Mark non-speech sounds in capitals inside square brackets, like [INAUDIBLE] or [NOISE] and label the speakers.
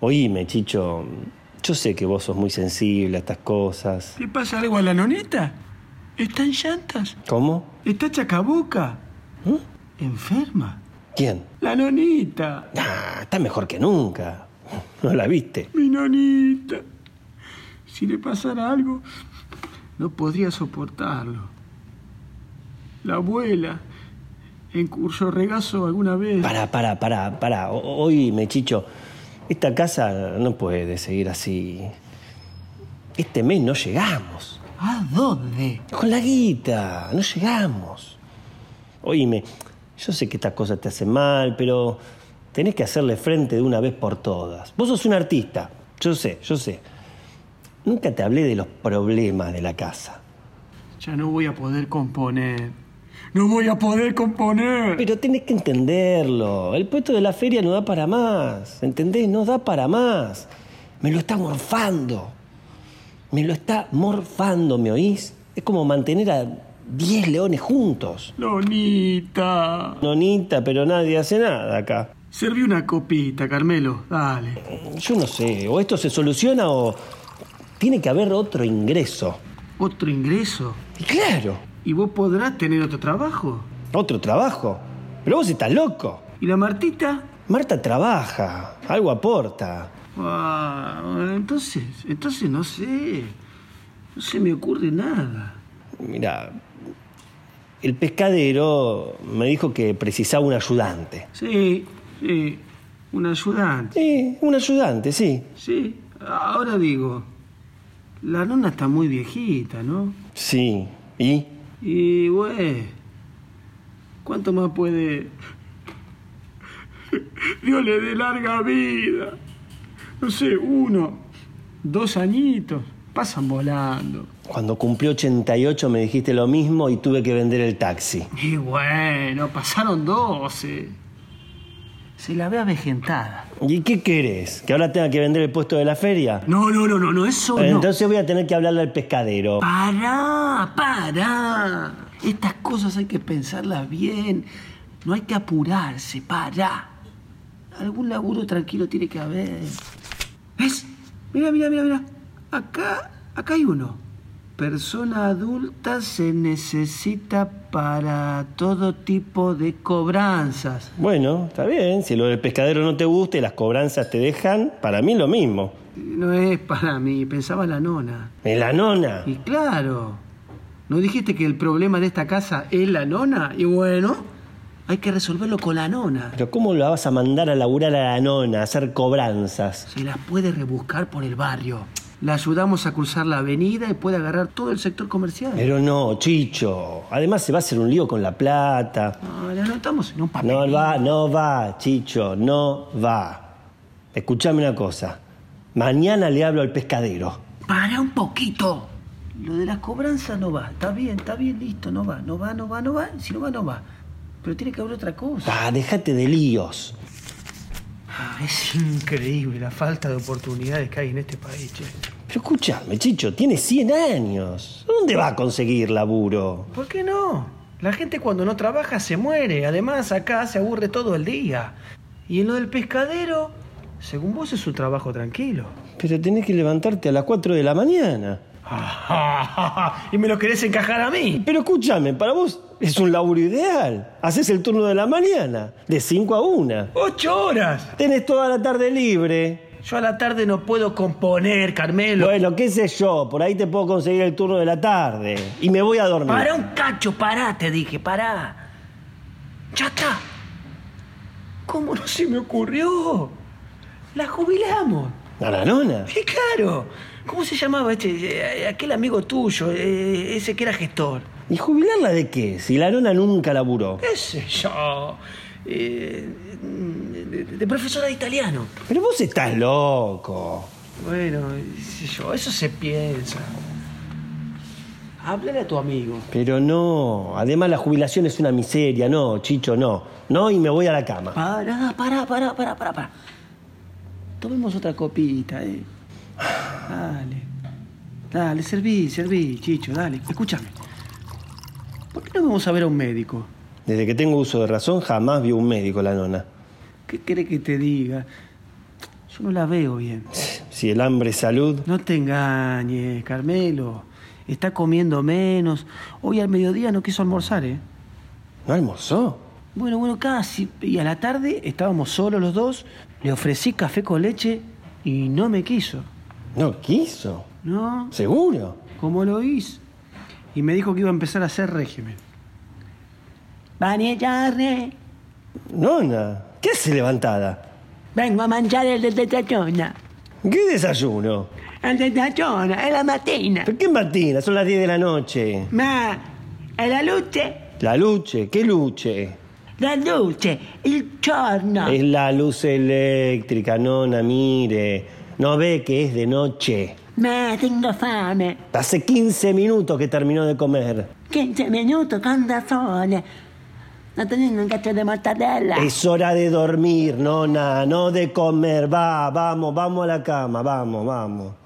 Speaker 1: Oíme, Chicho, yo sé que vos sos muy sensible a estas cosas.
Speaker 2: ¿Le pasa algo a la noneta? Está en llantas.
Speaker 1: ¿Cómo?
Speaker 2: Está chacabuca. ¿Eh? Enferma.
Speaker 1: ¿Quién?
Speaker 2: La nonita.
Speaker 1: Ah, está mejor que nunca. [LAUGHS] No la viste.
Speaker 2: Mi nonita. Si le pasara algo, no podría soportarlo. La abuela, en curso regazo alguna vez.
Speaker 1: Pará, pará, pará, pará. O- Oíme, Chicho, esta casa no puede seguir así. Este mes no llegamos.
Speaker 2: ¿A dónde?
Speaker 1: Con la guita, no llegamos. Oíme, yo sé que estas cosas te hacen mal, pero tenés que hacerle frente de una vez por todas. Vos sos un artista, yo sé, yo sé. Nunca te hablé de los problemas de la casa.
Speaker 2: Ya no voy a poder componer. No voy a poder componer.
Speaker 1: Pero tenés que entenderlo. El puesto de la feria no da para más. ¿Entendés? No da para más. Me lo está morfando. Me lo está morfando, ¿me oís? Es como mantener a 10 leones juntos.
Speaker 2: Nonita.
Speaker 1: Nonita, pero nadie hace nada acá.
Speaker 2: Serví una copita, Carmelo. Dale.
Speaker 1: Yo no sé, o esto se soluciona o tiene que haber otro ingreso.
Speaker 2: ¿Otro ingreso?
Speaker 1: Y claro,
Speaker 2: ¿Y vos podrás tener otro trabajo?
Speaker 1: otro trabajo. Pero vos estás loco.
Speaker 2: ¿Y la Martita?
Speaker 1: Marta trabaja, algo aporta.
Speaker 2: Wow, "Ah, entonces, entonces no sé. No se me ocurre nada.
Speaker 1: Mira, el pescadero me dijo que precisaba un ayudante.
Speaker 2: Sí, sí, un ayudante.
Speaker 1: Sí, un ayudante, sí.
Speaker 2: Sí, ahora digo, la nona está muy viejita, ¿no?
Speaker 1: Sí, ¿y?
Speaker 2: Y, güey, ¿cuánto más puede... Dios le dé larga vida. No sé, uno, dos añitos, pasan volando.
Speaker 1: Cuando cumplió 88 me dijiste lo mismo y tuve que vender el taxi.
Speaker 2: Y bueno, pasaron 12. Se la ve avejentada.
Speaker 1: ¿Y qué querés? ¿Que ahora tenga que vender el puesto de la feria?
Speaker 2: No, no, no, no, no, eso no.
Speaker 1: Entonces voy a tener que hablarle al pescadero.
Speaker 2: Pará, pará. Estas cosas hay que pensarlas bien. No hay que apurarse, pará. Algún laburo tranquilo tiene que haber. ¿Ves? Mira, mira, mira, mira. Acá, acá hay uno. Persona adulta se necesita para todo tipo de cobranzas.
Speaker 1: Bueno, está bien, si lo del pescadero no te gusta y las cobranzas te dejan, para mí lo mismo.
Speaker 2: No es para mí, pensaba la nona.
Speaker 1: En la nona.
Speaker 2: Y claro, ¿no dijiste que el problema de esta casa es la nona? Y bueno, hay que resolverlo con la nona.
Speaker 1: Pero ¿cómo la vas a mandar a laburar a la nona, a hacer cobranzas?
Speaker 2: Se las puede rebuscar por el barrio. La ayudamos a cruzar la avenida y puede agarrar todo el sector comercial.
Speaker 1: Pero no, Chicho. Además se va a hacer un lío con la plata.
Speaker 2: Ah, la anotamos en un papel.
Speaker 1: No va, no va, Chicho, no va. Escuchame una cosa. Mañana le hablo al pescadero.
Speaker 2: Para un poquito. Lo de las cobranzas no va. Está bien, está bien, listo, no va. No va, no va, no va. Si no va, no va. Pero tiene que haber otra cosa.
Speaker 1: Ah, déjate de líos.
Speaker 2: Ah, Es increíble la falta de oportunidades que hay en este país, che.
Speaker 1: Pero escúchame, Chicho, tiene 100 años. ¿Dónde va a conseguir laburo?
Speaker 2: ¿Por qué no? La gente cuando no trabaja se muere. Además, acá se aburre todo el día. Y en lo del pescadero, según vos, es su trabajo tranquilo. [LAUGHS]
Speaker 1: Pero tenés que levantarte a las 4 de la mañana.
Speaker 2: y me lo querés encajar a mí.
Speaker 1: Pero escúchame, para vos es un laburo ideal. Haces el turno de la mañana, de 5 a 1.
Speaker 2: ¡Ocho horas!
Speaker 1: Tenés toda la tarde libre.
Speaker 2: Yo a la tarde no puedo componer, Carmelo.
Speaker 1: Bueno, qué sé yo, por ahí te puedo conseguir el turno de la tarde. Y me voy a dormir.
Speaker 2: Pará un cacho, pará, te dije, pará. Ya está. ¿Cómo no se me ocurrió? La jubilamos.
Speaker 1: ¿A la nona?
Speaker 2: Sí, claro. ¿Cómo se llamaba este? eh, Aquel amigo tuyo, eh, ese que era gestor.
Speaker 1: ¿Y jubilarla de qué? Si la nona nunca laburó.
Speaker 2: ¿Qué sé yo? Eh, de, de profesora de italiano.
Speaker 1: Pero vos estás loco.
Speaker 2: Bueno, qué sé yo, eso se piensa. Háblale a tu amigo.
Speaker 1: Pero no. Además la jubilación es una miseria. No, Chicho, no. No y me voy a la cama.
Speaker 2: Pará, pará, pará, pará, pará, pará. Tomemos otra copita, eh. Dale. Dale, serví, serví, Chicho, dale. Escúchame. ¿Por qué no vamos a ver a un médico?
Speaker 1: Desde que tengo uso de razón jamás vio un médico la nona.
Speaker 2: ¿Qué querés que te diga? Yo no la veo bien.
Speaker 1: Si el hambre es salud,
Speaker 2: No te engañes, Carmelo. Está comiendo menos. Hoy al mediodía no quiso almorzar, ¿eh?
Speaker 1: no almorzó.
Speaker 2: Bueno, bueno, casi. Y a la tarde estábamos solos los dos. Le ofrecí café con leche y no me quiso.
Speaker 1: No quiso.
Speaker 2: ¿No?
Speaker 1: Seguro.
Speaker 2: ¿Cómo lo hice? Y me dijo que iba a empezar a hacer régimen. Vanillarre,
Speaker 1: Nona, ¿qué hace levantada?
Speaker 2: vengo a manchar el de tachona.
Speaker 1: ¿Qué desayuno?
Speaker 2: El de tachona, es la matina.
Speaker 1: ¿Pero qué Martina? Son las 10 de la noche.
Speaker 2: Ma, è la luce,
Speaker 1: La luche, ¿qué luche?
Speaker 2: la luce, il giorno.
Speaker 1: Es la luz eléctrica, nona, mire. No ve que es de noche.
Speaker 2: Ma, tengo fame.
Speaker 1: Hace 15 minutos que terminó de comer.
Speaker 2: 15 minuti con da sole. Non tenendo un cazzo di mortadella.
Speaker 1: Es hora de dormir, nona, no de comer. Va, vamos, vamos a la cama, vamos, vamos.